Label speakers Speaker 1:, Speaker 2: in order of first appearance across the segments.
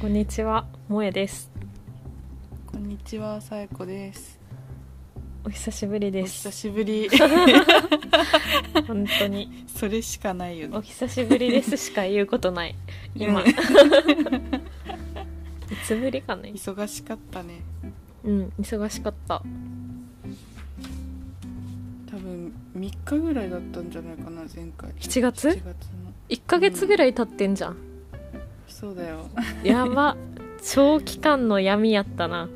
Speaker 1: こんにちは、萌えです。
Speaker 2: こんにちは、さやこです。
Speaker 1: お久しぶり
Speaker 2: お
Speaker 1: です
Speaker 2: 久。し ぶり。
Speaker 1: 本当に。
Speaker 2: それしかないよ
Speaker 1: お
Speaker 2: ね。
Speaker 1: 久しぶりですしか言うことない。今。
Speaker 2: う
Speaker 1: い
Speaker 2: ん
Speaker 1: つぶりかね。
Speaker 2: 忙しかったね。
Speaker 1: うん、忙しかった。
Speaker 2: 多分3日ぐらいだったんじゃないかな、前回。
Speaker 1: 7月
Speaker 2: 7の。
Speaker 1: 1ヶ月ぐらい経ってんじゃん。
Speaker 2: そうだよ。
Speaker 1: やば。長期間の闇やったな。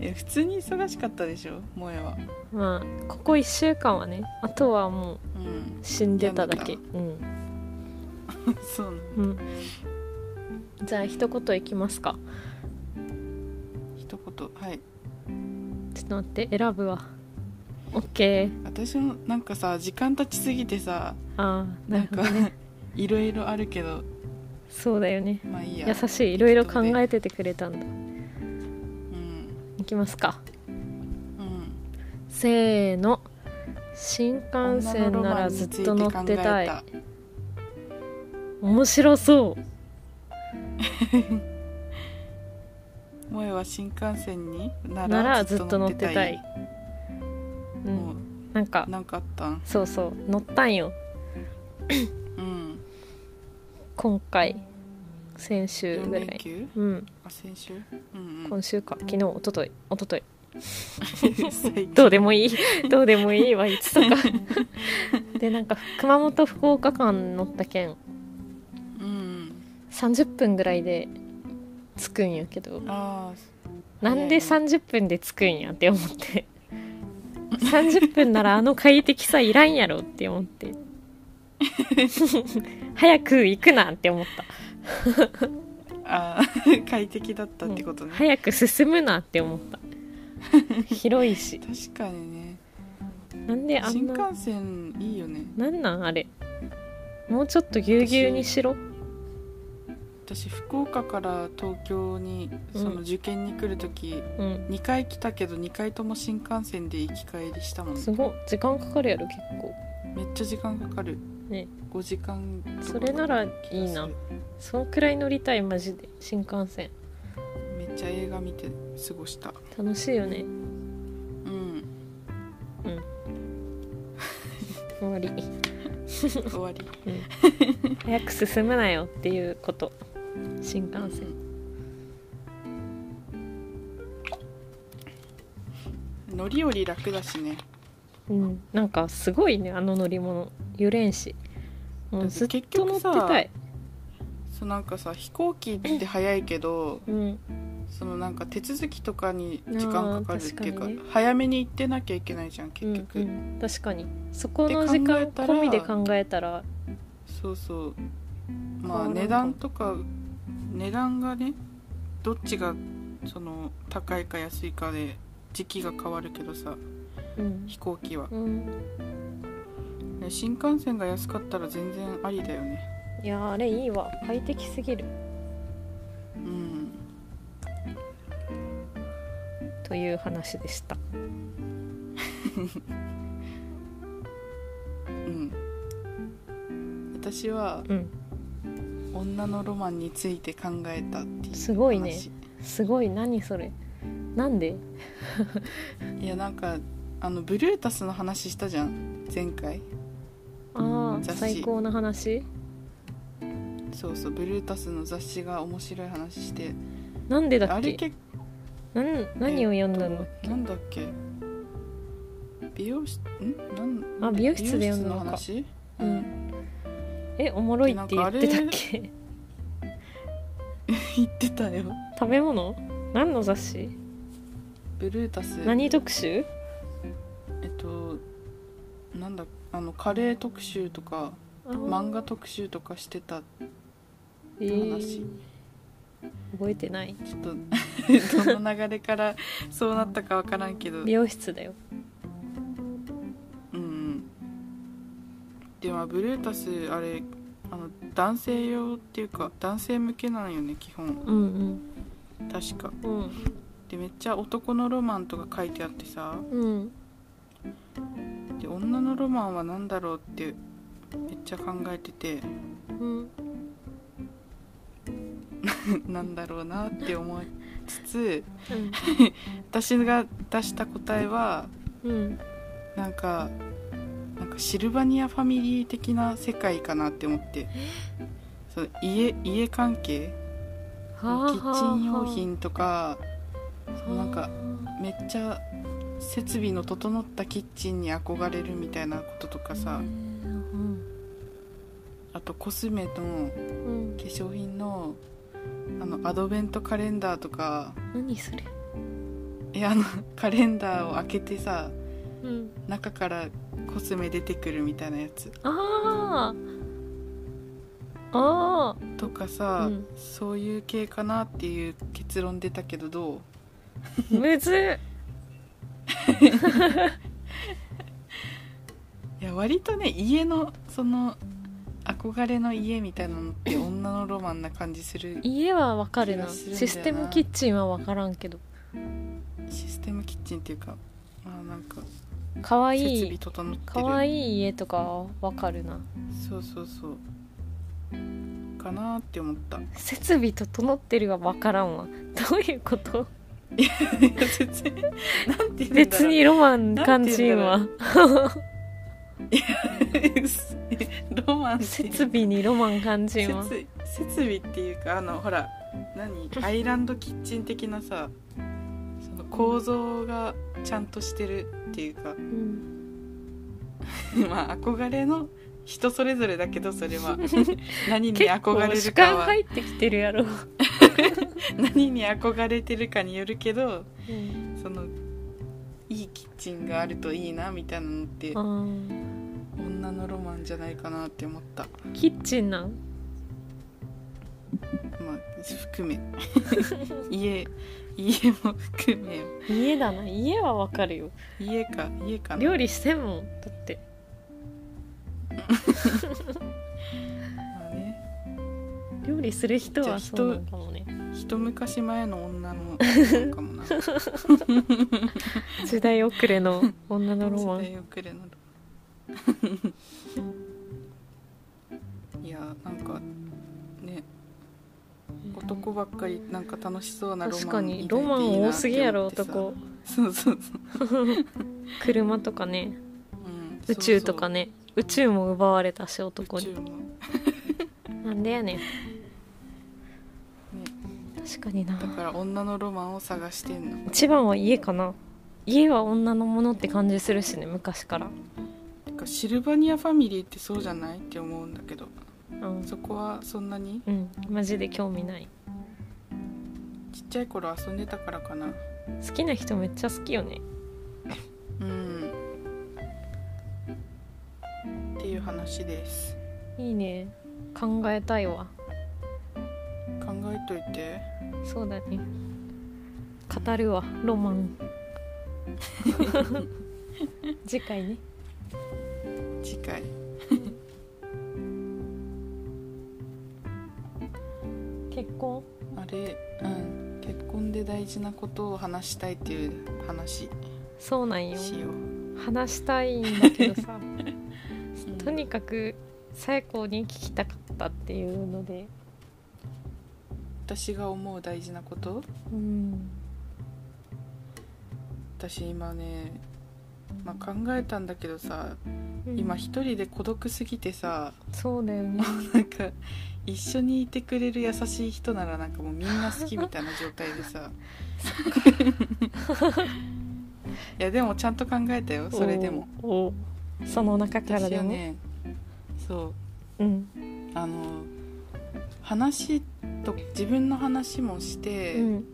Speaker 2: え、普通に忙しかったでしょ、萌えは。
Speaker 1: まあ、ここ1週間はね、あとはもう
Speaker 2: うん。
Speaker 1: 死んでただけ。
Speaker 2: 病
Speaker 1: うん。
Speaker 2: そうなの。
Speaker 1: うん。じゃあ、一言いきますか。
Speaker 2: 一言、はい。
Speaker 1: ちょっと待って、選ぶわ。オッケー。
Speaker 2: 私もなんかさ、時間経ちすぎてさ、
Speaker 1: ああ、な
Speaker 2: なんん
Speaker 1: か
Speaker 2: か、 いろいろあるけど、
Speaker 1: そうだよね。
Speaker 2: まあいいや。
Speaker 1: 優しいいろいろ考えててくれたんだ
Speaker 2: うん。
Speaker 1: いきますか
Speaker 2: うん。
Speaker 1: せーの新幹
Speaker 2: 女の
Speaker 1: 線
Speaker 2: ロ
Speaker 1: な
Speaker 2: マン
Speaker 1: ら
Speaker 2: に
Speaker 1: ずっ
Speaker 2: つい
Speaker 1: と乗
Speaker 2: 考
Speaker 1: って
Speaker 2: え
Speaker 1: たい。面白そう
Speaker 2: 萌えは新幹線にな
Speaker 1: ならずっと乗ってたいう、
Speaker 2: もうん
Speaker 1: なんか
Speaker 2: なんかあったん
Speaker 1: そうそう乗ったんよ
Speaker 2: うん
Speaker 1: 今回先週
Speaker 2: 4
Speaker 1: ぐら
Speaker 2: 連
Speaker 1: い
Speaker 2: 休
Speaker 1: うん
Speaker 2: あ先週うんうん
Speaker 1: 今週か昨日一昨日一昨日
Speaker 2: 最近
Speaker 1: どうでもいい どうでもいいはいつとかでなんか熊本福岡間乗ったけん
Speaker 2: うん
Speaker 1: 30分ぐらいで着くんやけど、
Speaker 2: うんあ
Speaker 1: なんで30分で着くんやって思って30分ならあの快適さいらんやろって思って 早く行くなって思っ
Speaker 2: ーあー快適だった
Speaker 1: た
Speaker 2: ってことね、
Speaker 1: 早く進むなって思った広いし
Speaker 2: 確かにね
Speaker 1: なんであん
Speaker 2: 新
Speaker 1: な
Speaker 2: 幹線いいよね
Speaker 1: なんなんあれもうちょっとぎゅうぎゅうにしろ
Speaker 2: 私福岡から東京に
Speaker 1: うん
Speaker 2: その受験に来るとき、
Speaker 1: うん
Speaker 2: 2回来たけど2回とも新幹線で行き帰りしたもん
Speaker 1: すごい時間かかるやろ結構
Speaker 2: めっちゃ時間かかる
Speaker 1: ね
Speaker 2: 5時間とか
Speaker 1: それならいいなそんくらい乗りたいマジで新幹線
Speaker 2: めっちゃ映画見て過ごした
Speaker 1: 楽しいよね
Speaker 2: うん
Speaker 1: 終わり
Speaker 2: 終わり
Speaker 1: 早く進むなよっていうこと新幹線
Speaker 2: 乗り降り楽だしね
Speaker 1: うんなんかすごいねあの乗り物揺れんしもうずっと乗って
Speaker 2: だって
Speaker 1: たい
Speaker 2: そうなんかさ飛行機って早いけど
Speaker 1: うん
Speaker 2: そのなんか手続きとかに時間かかるってい
Speaker 1: あー確
Speaker 2: う
Speaker 1: か
Speaker 2: か
Speaker 1: にね
Speaker 2: 早めに行ってなきゃいけないじゃん結局、
Speaker 1: うんうん、確かにそこの時間
Speaker 2: って考えたら
Speaker 1: 込みで考えたら
Speaker 2: そうそうまあ
Speaker 1: 変わらんか
Speaker 2: 値段とか値段がねどっちがその高いか安いかで時期が変わるけどさ
Speaker 1: うん、
Speaker 2: 飛行機は、
Speaker 1: うん、
Speaker 2: ね新幹線が安かったら全然ありだよね
Speaker 1: いやーあれいいわ快適すぎる
Speaker 2: うん
Speaker 1: という話でした
Speaker 2: うん私は
Speaker 1: うん
Speaker 2: 女のロマンについて考えたっていう話
Speaker 1: すごいねすごい何それなんで
Speaker 2: いやなんかあのブルータスの話したじゃん前回
Speaker 1: ああ
Speaker 2: 雑誌
Speaker 1: 最高な話
Speaker 2: そうそうブルータスの雑誌が面白い話して
Speaker 1: なんでだ
Speaker 2: あ
Speaker 1: っ
Speaker 2: れ
Speaker 1: け
Speaker 2: 結
Speaker 1: なん何を読んだの、
Speaker 2: 構なんだっけ美容室んなん
Speaker 1: あ美容室で読んだのか
Speaker 2: 美容室の話
Speaker 1: うんえおもろいって言ってたっけ
Speaker 2: 言ってたよ
Speaker 1: 食べ物何の雑誌
Speaker 2: ブルータス
Speaker 1: 何特集
Speaker 2: えっとなんだあのカレー特集とか漫画特集とかしてた
Speaker 1: え
Speaker 2: の
Speaker 1: ー、
Speaker 2: 話
Speaker 1: 覚えてない
Speaker 2: ちょっと どの流れからそうなったかわからんけど
Speaker 1: 美容室だよ
Speaker 2: うんうんでもブルータスあれあの男性用っていうか男性向けなんよね基本
Speaker 1: うん
Speaker 2: 確か
Speaker 1: うんうん
Speaker 2: でめっちゃ男のロマンとか書いてあってさ
Speaker 1: うん
Speaker 2: で女のロマンは何だろうってめっちゃ考えてて
Speaker 1: うん
Speaker 2: なんだろうなって思いつつ
Speaker 1: うん
Speaker 2: 私が出した答えは
Speaker 1: うん
Speaker 2: なんかなんかシルバニアファミリー的な世界かなって思ってその家家関係キッチン用品とかそうなんかめっちゃ設備の整ったキッチンに憧れるみたいなこととかさ
Speaker 1: うん
Speaker 2: あとコスメの
Speaker 1: うん
Speaker 2: 化粧品のあのアドベントカレンダーとか
Speaker 1: 何それ
Speaker 2: いやあのカレンダーを開けてさ
Speaker 1: うん
Speaker 2: 中からコスメ出てくるみたいなやつ
Speaker 1: あああ
Speaker 2: とかさ、
Speaker 1: うん
Speaker 2: そういう系かなっていう結論出たけどどう
Speaker 1: あむ ず
Speaker 2: いや割とね家のその憧れの家みたいな のって女のロマンな感じする
Speaker 1: 家はわかるな
Speaker 2: 気がするんだよな
Speaker 1: システムキッチンはわからんけど
Speaker 2: システムキッチンっていうかまあなんか
Speaker 1: かわ
Speaker 2: 設
Speaker 1: い
Speaker 2: 備
Speaker 1: い
Speaker 2: 整ってる
Speaker 1: かわいい家とかはわかるな
Speaker 2: そうそうそうかなって思った
Speaker 1: 設備整ってるはわからんわどういうこと
Speaker 2: 別になんて言うんだろう
Speaker 1: 別にロマン感じんわ
Speaker 2: なん ロマンっていう
Speaker 1: 設備にロマン感じんわ
Speaker 2: 設設備っていうかあのほら何アイランドキッチン的なさその構造がちゃんとしてるっていうか
Speaker 1: うん
Speaker 2: まあ憧れの人それぞれだけどそ れは何に
Speaker 1: 結
Speaker 2: 憧
Speaker 1: 構
Speaker 2: れる
Speaker 1: 主
Speaker 2: か
Speaker 1: 観
Speaker 2: は
Speaker 1: 入ってきてるやろ、
Speaker 2: 何に憧れてるかによるけど
Speaker 1: うん
Speaker 2: そのいいキッチンがあるといいなみたいなのって
Speaker 1: あー
Speaker 2: 女のロマンじゃないかなって思った
Speaker 1: キッチンなん
Speaker 2: まあ含 め家家も含め
Speaker 1: 家だな家はわかるよ
Speaker 2: 家か家かな
Speaker 1: 料理してんもんだって
Speaker 2: まあね
Speaker 1: 料理する人は
Speaker 2: じゃあ
Speaker 1: そうなんかもね
Speaker 2: 一昔前の女の子かも な時
Speaker 1: 時代遅れの女のロマン
Speaker 2: 代遅れのロ いやなんかね男ばっかりなんか楽しそうなロマン
Speaker 1: 確かにロマン多すぎやろ男
Speaker 2: そうそうそう、
Speaker 1: 車とかね
Speaker 2: うん、
Speaker 1: 宇宙とか
Speaker 2: ね
Speaker 1: ね宇宙も奪われたし男
Speaker 2: 宇宙
Speaker 1: に
Speaker 2: も、ね、
Speaker 1: なんでやねん確かにな
Speaker 2: だから女のロマンを探してんの
Speaker 1: 一番は家かな家は女のものって感じするしね昔から、
Speaker 2: てかシルバニアファミリーってそうじゃないって思うんだけど
Speaker 1: うん、
Speaker 2: そこはそんなに
Speaker 1: うんマジで興味ない
Speaker 2: ちっちゃい頃遊んでたからかな
Speaker 1: 好きな人めっちゃ好きよね
Speaker 2: うん。っていう話です。
Speaker 1: いいね考えたいわ
Speaker 2: 考えといて。
Speaker 1: そうだね語るわロマ ン次回ね
Speaker 2: 次回。
Speaker 1: 結婚
Speaker 2: あれ、うん。結婚で大事なことを話したいっていう話
Speaker 1: そうなんよ
Speaker 2: しよう。
Speaker 1: 話したいんだけど さ
Speaker 2: うん
Speaker 1: とにかく最高に聞きたかったっていうので
Speaker 2: 私が思う大事なこと
Speaker 1: うん
Speaker 2: 私今ね、まあ、考えたんだけどさ、
Speaker 1: うん
Speaker 2: 今一人で孤独すぎてさ
Speaker 1: そうだよね
Speaker 2: なんか一緒にいてくれる優しい人ならなんかもうみんな好きみたいな状態 でさいやでもちゃんと考えたよそれでも
Speaker 1: おおその中から
Speaker 2: 私
Speaker 1: で
Speaker 2: は
Speaker 1: も、
Speaker 2: ねそう
Speaker 1: うん
Speaker 2: あの話と自分の話もして、
Speaker 1: うん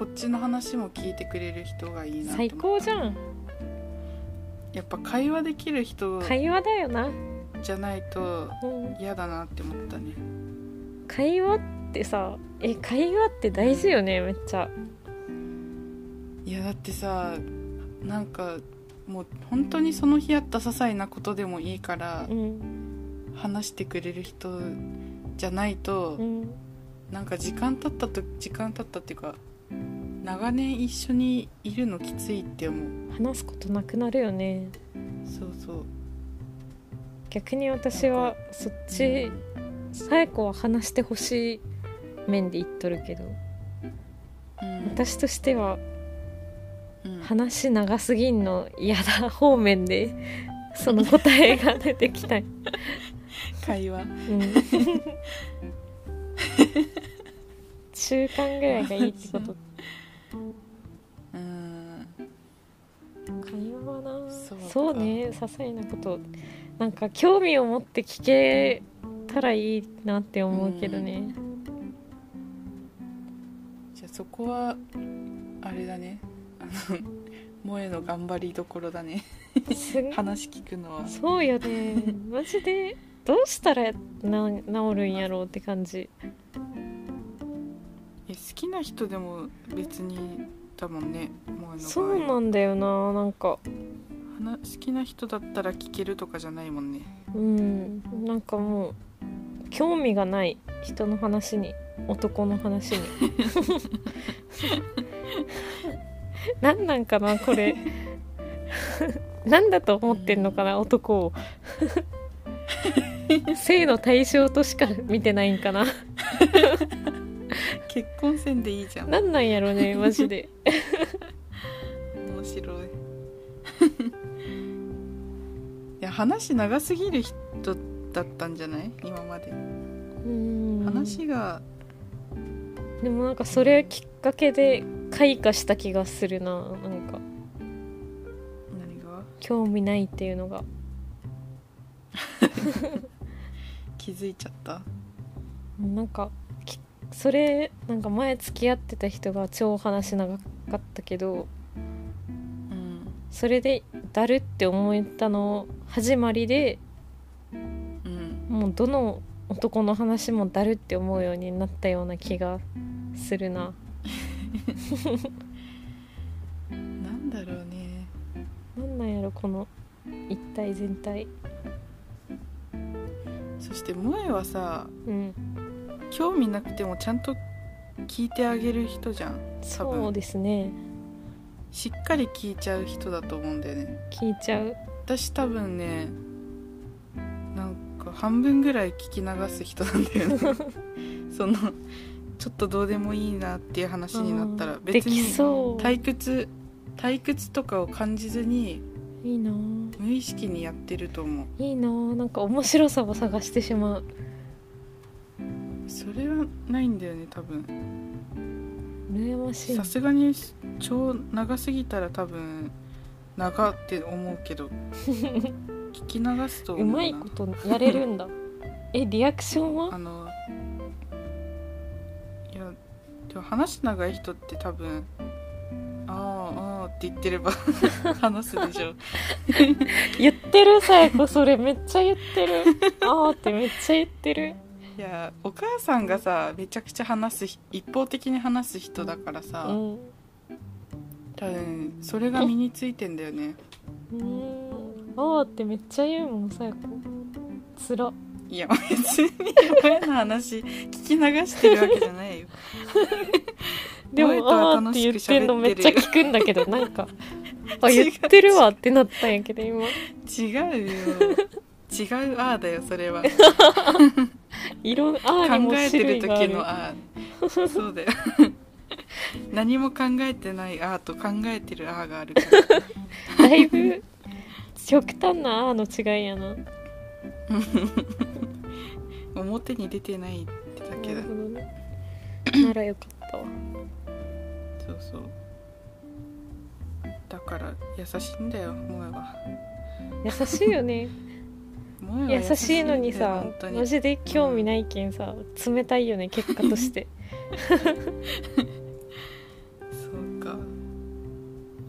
Speaker 2: こっちの話も聞いてくれる人がいいな
Speaker 1: 最
Speaker 2: と思っ
Speaker 1: 高じゃん
Speaker 2: てやっぱ会話できる人
Speaker 1: 会話だよな、
Speaker 2: じゃないと
Speaker 1: うん、
Speaker 2: 嫌だなって思ったね
Speaker 1: 会話ってさえ会話って大事よねめっちゃ
Speaker 2: いやだってさなんかもう本当にその日あった些細なことでもいいから
Speaker 1: うん
Speaker 2: 話してくれる人じゃないと、
Speaker 1: うん
Speaker 2: なんか時間経ったと時間経ったっていうか長年一緒にいるのきついって思う
Speaker 1: 話すことなくなるよね
Speaker 2: そうそう
Speaker 1: 逆に私はそっち冴子は話してほしい面で言っとるけど
Speaker 2: うん
Speaker 1: 私としては
Speaker 2: うん
Speaker 1: 話長すぎんの嫌だ方面でその答えが出てきたい、
Speaker 2: 会話
Speaker 1: うん 中間ぐらいがいいってこと
Speaker 2: うん
Speaker 1: 会話はな
Speaker 2: そ
Speaker 1: そうう
Speaker 2: か
Speaker 1: ね些細なことなんか興味を持って聞けたらいいなって思うけどね、
Speaker 2: じゃあそこはあれだねあの萌えの頑張りどころだね
Speaker 1: すん
Speaker 2: 話聞くのは
Speaker 1: そうよねマジでどうしたらな治るんやろうって感じ
Speaker 2: え好きな人でも別にだもんね萌えの
Speaker 1: そう
Speaker 2: 場合
Speaker 1: なんだよななんか
Speaker 2: 話好きな人だったら聞けるとかじゃないもんね
Speaker 1: うんなんかもう興味がない人の話に男の話に何なんかなこれ 何だと思ってんのかな男を性の対象としか見てないんかな
Speaker 2: 結婚せんでいいじゃん面
Speaker 1: 何なんやろねマジで
Speaker 2: 白い いや話長すぎる人だったんじゃない今まで
Speaker 1: うん
Speaker 2: 話が
Speaker 1: でもなんかそれきっかけで開花した気がするななんか
Speaker 2: 何が
Speaker 1: 興味ないっていうのが
Speaker 2: 気づいちゃった
Speaker 1: なんかきそれなんか前付き合ってた人が超話長かったけど
Speaker 2: うん
Speaker 1: それでだるって思えたの始まりで
Speaker 2: うん
Speaker 1: もうどの男の話もだるって思うようになったような気がするな
Speaker 2: なんだろうね
Speaker 1: なんなんやろこの一体全体
Speaker 2: そして萌えはさ
Speaker 1: うん
Speaker 2: 興味なくてもちゃんと聞いてあげる人じゃん多分
Speaker 1: そうですね
Speaker 2: しっかり聞いちゃう人だと思うんだよね
Speaker 1: 聞いちゃう
Speaker 2: 私多分ねなんか半分ぐらい聞き流す人なんだよ ねそのちょっとどうでもいいなっていう話になった
Speaker 1: う
Speaker 2: ら
Speaker 1: ん
Speaker 2: 別
Speaker 1: でき
Speaker 2: に
Speaker 1: そう
Speaker 2: 退屈退屈とかを感じずに
Speaker 1: いいなあ
Speaker 2: 無意識にやってると思う
Speaker 1: いいなあなんか面白さを探してしまう
Speaker 2: それはないんだよね多分
Speaker 1: 羨ましい
Speaker 2: さすがに超長すぎたら多分長って思うけ ど聞き流すと
Speaker 1: う
Speaker 2: 思う
Speaker 1: ま
Speaker 2: ない
Speaker 1: ことやれるんだ えリアクションは
Speaker 2: あのいやでも話長い人って多分「ああああ」って言ってれば 話すでしょ
Speaker 1: 言ってるさえこそれめっちゃ言って るああってめっちゃ言ってる
Speaker 2: いやお母さんがさめちゃくちゃ話すひ一方的に話す人だからさ、
Speaker 1: うん
Speaker 2: 多分それが身についてんだよね
Speaker 1: うーんああってめっちゃ言うもんさやこつら
Speaker 2: いや別に前の話聞き流してるわけじゃないよ
Speaker 1: で
Speaker 2: 萌え
Speaker 1: も
Speaker 2: とは
Speaker 1: ああっ
Speaker 2: 楽
Speaker 1: て
Speaker 2: し
Speaker 1: 言
Speaker 2: く
Speaker 1: ってんのめ
Speaker 2: 喋っ
Speaker 1: ってちゃ
Speaker 2: る
Speaker 1: 聞くんだけどなん かあ
Speaker 2: 違う
Speaker 1: 言ってるわってなったんやけど今
Speaker 2: 違うよ違うああだよそれは考
Speaker 1: 色ああにも
Speaker 2: え
Speaker 1: 種
Speaker 2: て
Speaker 1: 類
Speaker 2: る
Speaker 1: があ
Speaker 2: 時
Speaker 1: る
Speaker 2: のああそう だよ何も考えてないああと考えてるああがあるか ら
Speaker 1: だいぶ極端なああの違いやな
Speaker 2: 表に出てないってだけだ
Speaker 1: なるほどねならよかったわ
Speaker 2: そうそうだから優しいんだよ萌えは
Speaker 1: 優しいよね
Speaker 2: 萌えは
Speaker 1: 優しいのに
Speaker 2: んだよ
Speaker 1: さ
Speaker 2: 本当に
Speaker 1: マジで興味ないけんさ冷たいよね結果として
Speaker 2: そうか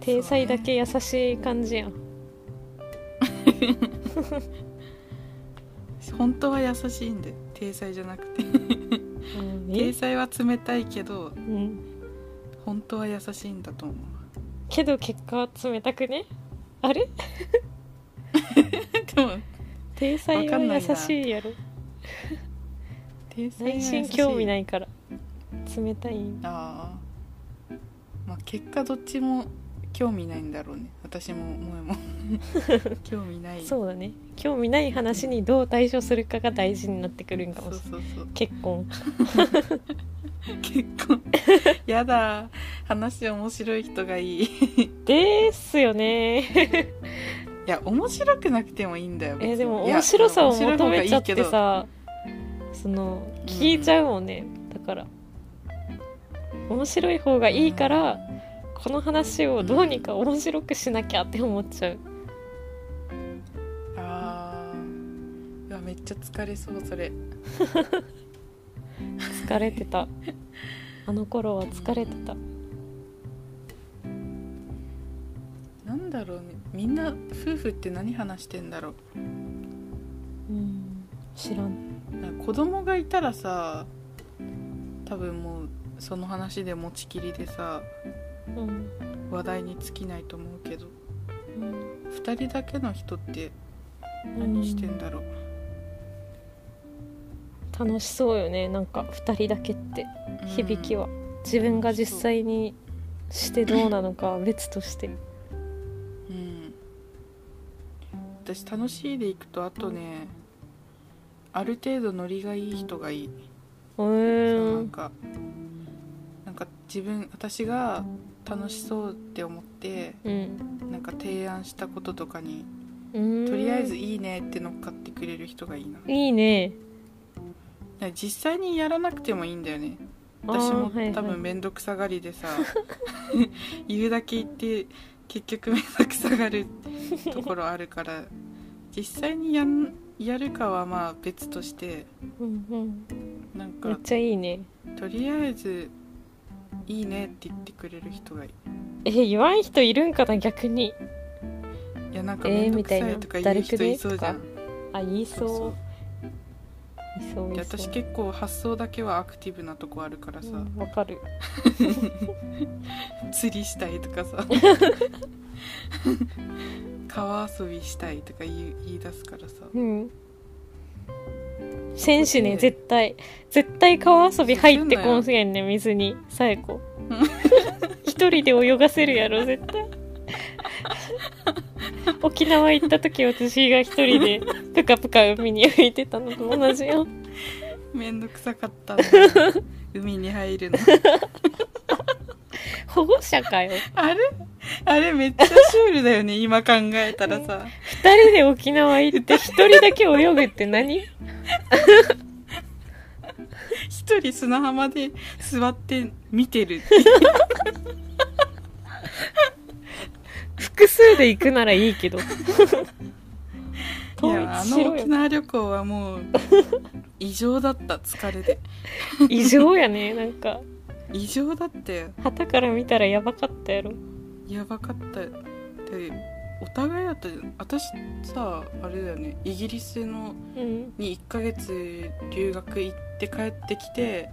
Speaker 1: 体裁だけ優しい感じやん
Speaker 2: 本当は優しいんだよ体裁じゃなくて
Speaker 1: うん
Speaker 2: 体
Speaker 1: え
Speaker 2: 裁は冷たいけ
Speaker 1: う
Speaker 2: ど
Speaker 1: ん
Speaker 2: 本当は優しいんだ と思う
Speaker 1: けど結果は冷たくねあれ
Speaker 2: でも
Speaker 1: 体裁
Speaker 2: わか
Speaker 1: は
Speaker 2: んないな
Speaker 1: 優しいやろ
Speaker 2: 天才は優
Speaker 1: 内
Speaker 2: しい
Speaker 1: 心興味ないから冷たいん
Speaker 2: ああまあ結果どっちも興味ないんだろうね私も萌え も興味ない
Speaker 1: そうだね興味ない話にどう対処するかが大事になってくるんかもしれない
Speaker 2: そうそう
Speaker 1: 結婚
Speaker 2: そう結婚 やだ話面白い人がいいい
Speaker 1: ですよね
Speaker 2: や面白くなくてもいいんだよ別に
Speaker 1: えでも
Speaker 2: いや
Speaker 1: 面白さを
Speaker 2: 面白い
Speaker 1: 求
Speaker 2: 方が
Speaker 1: め
Speaker 2: い
Speaker 1: ちゃ
Speaker 2: い
Speaker 1: っ
Speaker 2: け
Speaker 1: て
Speaker 2: ど
Speaker 1: さその聞いちゃうもんね、だから面白い方がいいから、この話をどうにか面白くしなきゃって思っちゃう、
Speaker 2: あーうわめっちゃ疲れそうそれ
Speaker 1: 疲れてた あの頃は疲れてた
Speaker 2: なんだろうねみんな夫婦って何話してんだろ
Speaker 1: うん知らん
Speaker 2: うなんか子供がいたらさ多分もうその話で持ちきりでさ
Speaker 1: うん、
Speaker 2: 話題に尽きないと思うけど
Speaker 1: うん
Speaker 2: 2人だけの人って何してんだろう、
Speaker 1: 楽しそうよねなんか2人だけって響きは、自分が実際にしてどうなのかは別として
Speaker 2: うん、うん私楽しいでいくとあとねある程度ノリがいい人がいいうそう
Speaker 1: ー
Speaker 2: なん
Speaker 1: ん
Speaker 2: かなんか自分私が楽しそうって思って
Speaker 1: うん
Speaker 2: なんか提案したこととかに
Speaker 1: うーん
Speaker 2: とりあえずいいねって乗っかってくれる人がいいなだか
Speaker 1: いいね
Speaker 2: ら実際にやらなくてもいいんだよね私も多分面倒くさがり でさ言うだけ言って結局面倒くさがるところあるから実際にやんやるかはまあ別として
Speaker 1: うんうん、
Speaker 2: なん
Speaker 1: めっ
Speaker 2: か
Speaker 1: ちゃいいね
Speaker 2: とりあえず「いいね」って言ってくれる人がいい。
Speaker 1: え言わん人いるんかな逆に
Speaker 2: いやなんか
Speaker 1: えー
Speaker 2: 面倒くさいとか
Speaker 1: みたいな
Speaker 2: 言う人いそうじゃん、
Speaker 1: だるあ言いそう
Speaker 2: そう
Speaker 1: いそうい
Speaker 2: で
Speaker 1: そう
Speaker 2: 私結構発想だけはアクティブなとこあるからさ、
Speaker 1: うんわかる
Speaker 2: 釣りしたいとか さ川遊びしたいとか言い言い出すからさ
Speaker 1: うん選手ね
Speaker 2: それで
Speaker 1: 絶対絶対川遊び入って
Speaker 2: そうすん
Speaker 1: こ
Speaker 2: のよ
Speaker 1: んせんね水に最 後一人で泳がせるやろ絶 対沖縄行った時私が一人でプカプカ海に浮いてたのと同じよ
Speaker 2: 面倒くさかった な海に入るの
Speaker 1: 保護者かよ
Speaker 2: あれあれめっちゃシュールだよね今考えたらさ
Speaker 1: 二人で沖縄行って一人だけ泳ぐって何
Speaker 2: 一人砂浜で座って見て る
Speaker 1: 複数で行くならいいけど
Speaker 2: い
Speaker 1: 統
Speaker 2: やあ
Speaker 1: 一
Speaker 2: の
Speaker 1: しろ
Speaker 2: 沖
Speaker 1: よ
Speaker 2: 縄旅行はもう異常だった疲れて
Speaker 1: 異常やねなんか
Speaker 2: 異常だったよ
Speaker 1: 旗から見たらやばかったやろ
Speaker 2: やばかったでお互いだったじゃん私さあれだよねイギリスの
Speaker 1: うん
Speaker 2: に1ヶ月留学行って帰ってき て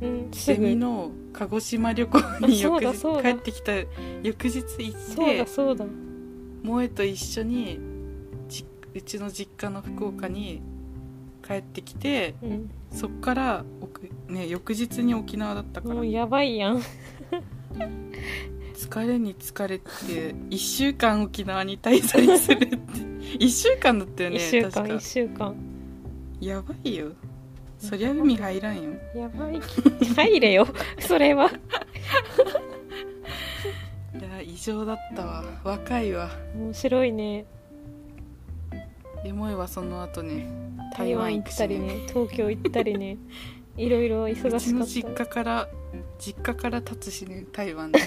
Speaker 1: うんす
Speaker 2: セミ
Speaker 1: ぐ
Speaker 2: の鹿児島旅行に
Speaker 1: あそう
Speaker 2: 翌
Speaker 1: だ
Speaker 2: 日
Speaker 1: そうだ
Speaker 2: 帰ってきた翌日行っ
Speaker 1: そう
Speaker 2: て
Speaker 1: だそうだ
Speaker 2: 萌えと一緒にじうちの実家の福岡に帰ってきて
Speaker 1: うん
Speaker 2: そっからおくね、翌日に沖縄だったから
Speaker 1: もうやばいやん
Speaker 2: 疲れに疲れて1週間沖縄に滞在する って1週間だったよね
Speaker 1: 一週間
Speaker 2: 確か
Speaker 1: 一週間
Speaker 2: やばいよそりゃ海入らんよ
Speaker 1: やばいき入れよ それはい
Speaker 2: や異常だったわ若いわ
Speaker 1: 面白いね
Speaker 2: エモいはその後ね
Speaker 1: 台湾行ったり
Speaker 2: 台
Speaker 1: ね東京行ったり ねいろいろ忙
Speaker 2: うちの
Speaker 1: しか
Speaker 2: 実
Speaker 1: った
Speaker 2: 家から実家から立つしね台 湾で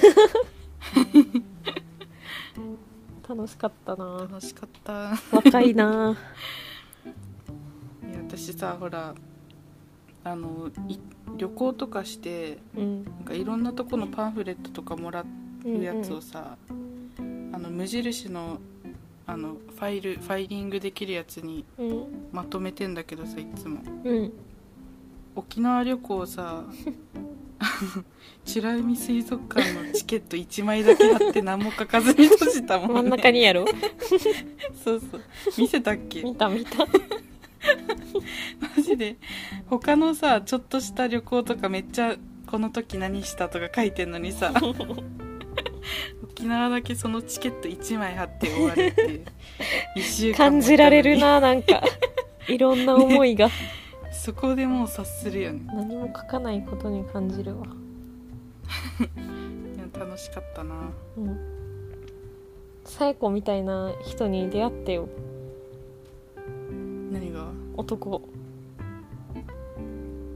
Speaker 1: 楽しかったな
Speaker 2: 楽しかった
Speaker 1: 若いない
Speaker 2: や私さほらあのい旅行とかして
Speaker 1: うん
Speaker 2: なんかいろんなとこのパンフレットとかもら
Speaker 1: うんうん
Speaker 2: うやつをさ、あの無印のあのファイルファイリングできるやつに
Speaker 1: うん
Speaker 2: まとめてんだけどさいつも
Speaker 1: うん
Speaker 2: 沖縄旅行さ美ら海水族館のチケット1枚だけ貼って何も書かずに閉じたもん、ね、
Speaker 1: 真ん中にやろ
Speaker 2: そうそう見せたっ け
Speaker 1: 見た見た
Speaker 2: マジで他のさちょっとし た旅行とかめっちゃこの時何したとか書いてんのにさ沖縄だけそのチケット1枚貼って終わるっていう一週間
Speaker 1: 感
Speaker 2: も
Speaker 1: じられるななん かいろんな思いが、
Speaker 2: そこでもう察するよね
Speaker 1: 何も書かないことに感じるわ、
Speaker 2: いや楽しかったな
Speaker 1: うん、サエコみたいな人に出会ってよ
Speaker 2: 何が
Speaker 1: 男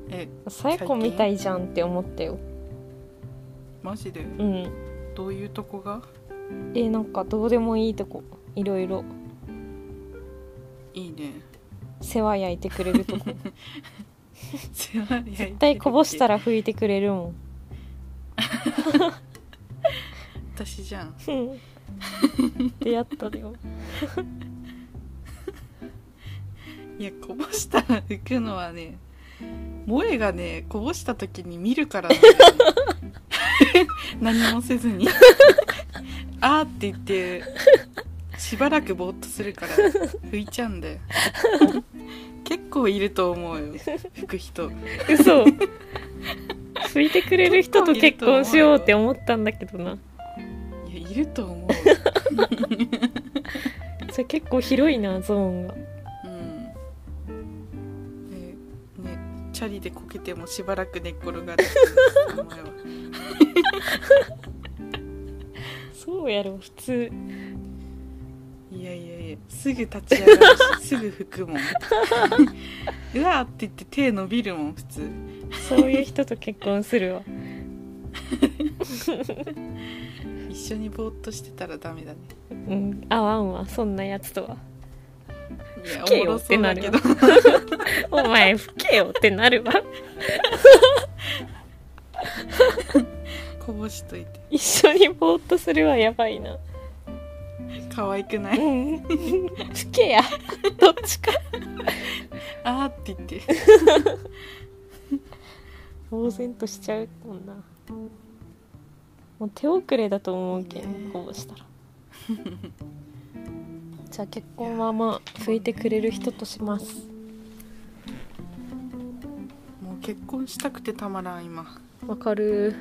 Speaker 2: え
Speaker 1: サエコみたいじゃんって思ったよ
Speaker 2: マジで
Speaker 1: うん
Speaker 2: どういうとこが
Speaker 1: えなんかどうでもいいとこいろいろ
Speaker 2: いいね
Speaker 1: 世話焼いてくれると こ
Speaker 2: 絶
Speaker 1: 絶対こぼした
Speaker 2: ら
Speaker 1: ら拭いてくれるもん
Speaker 2: 私じゃん
Speaker 1: うん出会 ったのよ
Speaker 2: いやこぼしたら拭くのはね萌えがねこぼした時に見るからなんだよね何もせずに あーって言ってしばらくぼーっとするから拭いちゃうんだよ結構いると思うよ拭く人
Speaker 1: 嘘拭いてくれる人と結婚しようって思ったんだけどない
Speaker 2: やいると思う
Speaker 1: それ結構広いなゾーンが
Speaker 2: うんねねチャリでこけてもしばらく寝っ転がってるお前は
Speaker 1: そうやろ普通
Speaker 2: いやいやいやすぐ立ち上がるしすぐ拭くもん うわーって言って手伸びるもん普通
Speaker 1: そういう人と結婚するわ
Speaker 2: 一緒にぼーっとしてたらダメだね
Speaker 1: うん合わんわそんなやつとはい
Speaker 2: や
Speaker 1: 拭けよってなる
Speaker 2: おもろそうだ
Speaker 1: お前拭けよってなるわ
Speaker 2: けど こぼしといて
Speaker 1: 一緒にぼーっとするわやばいな
Speaker 2: 可愛くな
Speaker 1: う
Speaker 2: い
Speaker 1: ん拭け やどっちか
Speaker 2: あーって言って
Speaker 1: 呆然としちゃうもんなもう手遅れだと思うけ
Speaker 2: ね
Speaker 1: んこうしたらじゃあ結婚はまあ拭いてくれる人とします
Speaker 2: もう結婚したくてたまらん今
Speaker 1: わかる